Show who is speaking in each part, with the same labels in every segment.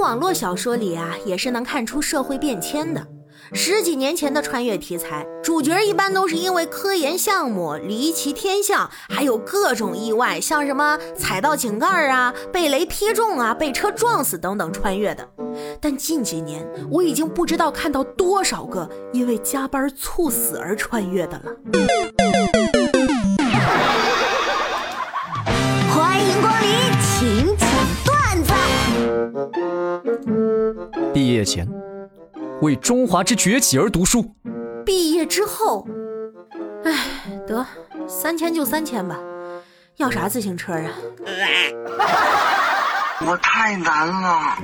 Speaker 1: 网络小说里啊，也是能看出社会变迁的。十几年前的穿越题材，主角一般都是因为科研项目、离奇天象，还有各种意外，像什么踩到井盖啊、被雷劈中啊、被车撞死等等穿越的。但近几年，我已经不知道看到多少个因为加班猝死而穿越的了。
Speaker 2: 欢迎光临，请讲段子。
Speaker 3: 毕业前，为中华之崛起而读书；
Speaker 1: 毕业之后，哎，得三千就三千吧，要啥自行车啊？
Speaker 4: 我太难了。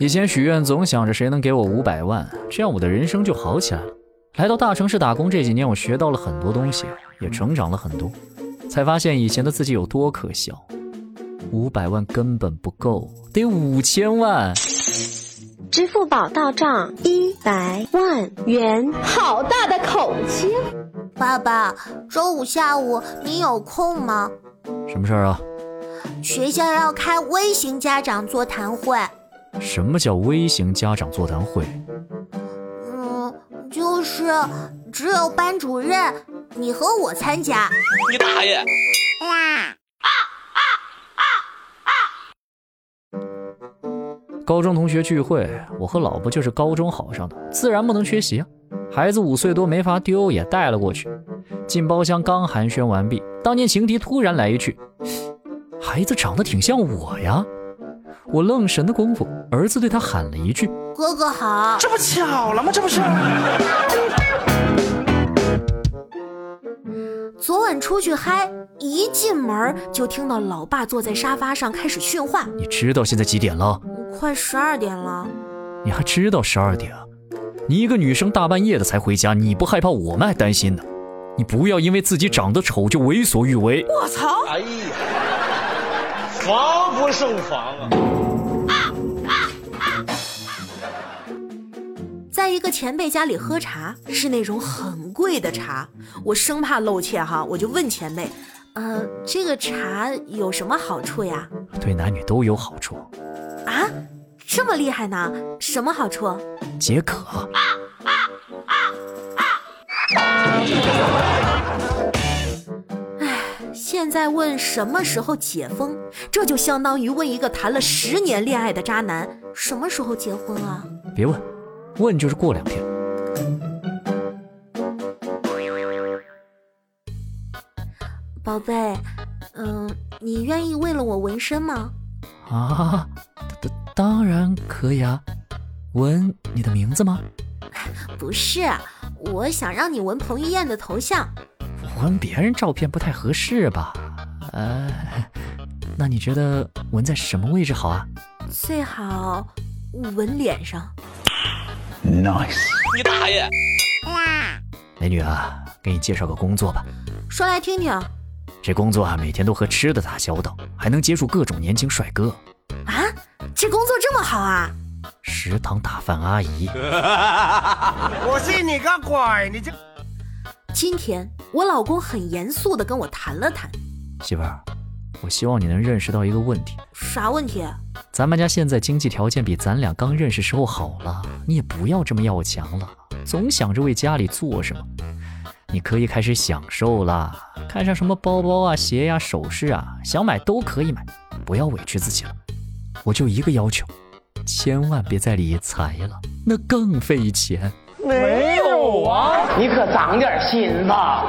Speaker 3: 以前许愿总想着谁能给我五百万，这样我的人生就好起来了。来到大城市打工这几年，我学到了很多东西，也成长了很多，才发现以前的自己有多可笑。五百万根本不够，得五千万。
Speaker 5: 支付宝到账一百万元，好大的口气！啊
Speaker 2: 爸爸，周五下午你有空吗？
Speaker 3: 什么事儿啊？
Speaker 2: 学校要开微型家长座谈会。
Speaker 3: 什么叫微型家长座谈会？
Speaker 2: 嗯，就是只有班主任你和我参加。
Speaker 4: 你大爷！
Speaker 3: 高中同学聚会，我和老婆就是高中好上的，自然不能缺席啊。孩子五岁多没法丢，也带了过去。进包厢刚寒暄完毕，当年情敌突然来一句：“孩子长得挺像我呀！”我愣神的功夫，儿子对他喊了一句
Speaker 2: 哥哥好，
Speaker 4: 这不巧了吗？这不是。
Speaker 1: 昨晚出去嗨，一进门就听到老爸坐在沙发上开始训话：“
Speaker 3: 你知道现在几点了？
Speaker 1: 快十二点了，
Speaker 3: 你还知道十二点啊？你一个女生大半夜的才回家，你不害怕，我们还担心呢。你不要因为自己长得丑就为所欲为。”
Speaker 6: 哎呀，防不胜防啊！
Speaker 1: 在一个前辈家里喝茶，是那种很贵的茶，我生怕露怯哈，我就问前辈：“呃，这个茶有什么好处呀？
Speaker 3: 对男女都有好处，
Speaker 1: 啊，这么厉害呢？什么好处？
Speaker 3: 解渴。
Speaker 1: 现在问什么时候解封，这就相当于问一个谈了十年恋爱的渣男什么时候结婚啊？
Speaker 3: 别问，问就是过两天。
Speaker 1: 宝贝，嗯，你愿意为了我纹身吗？
Speaker 3: 啊，当当然可以啊。纹你的名字吗？
Speaker 1: 不是，我想让你纹彭于晏的头像。
Speaker 3: 纹别人照片不太合适吧？呃，那你觉得纹在什么位置好啊？
Speaker 1: 最好纹脸上。
Speaker 4: 你大爷！
Speaker 3: 美女啊，给你介绍个工作吧。
Speaker 1: 说来听听啊，
Speaker 3: 这工作啊，每天都和吃的打交道，还能接触各种年轻帅哥，
Speaker 1: 啊这工作这么好啊？
Speaker 3: 食堂打饭阿姨。
Speaker 6: 我信你个鬼！你这
Speaker 1: 今天我老公很严肃的跟我谈了谈，
Speaker 3: 媳妇儿，我希望你能认识到一个问题，
Speaker 1: 啥问题？
Speaker 3: 咱们家现在经济条件比咱俩刚认识时候好了，你也不要这么要强了，总想着为家里做什么。你可以开始享受啦，看上什么包包啊、鞋呀、首饰啊，想买都可以买，不要委屈自己了。我就一个要求，千万别再理财了，那更费钱。
Speaker 6: 没有啊！
Speaker 7: 你可长点心吧。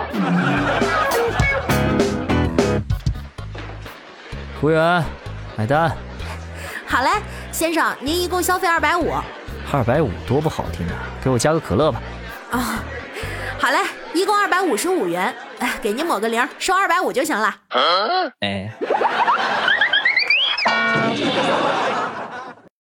Speaker 3: 服务员，买单，
Speaker 1: 好嘞，先生，您一共消费二百五。
Speaker 3: 二百五多不好听啊，给我加个可乐吧。
Speaker 1: 好嘞，一共二百五十五元，哎，给您抹个零，收二百五就行了。
Speaker 3: 哎，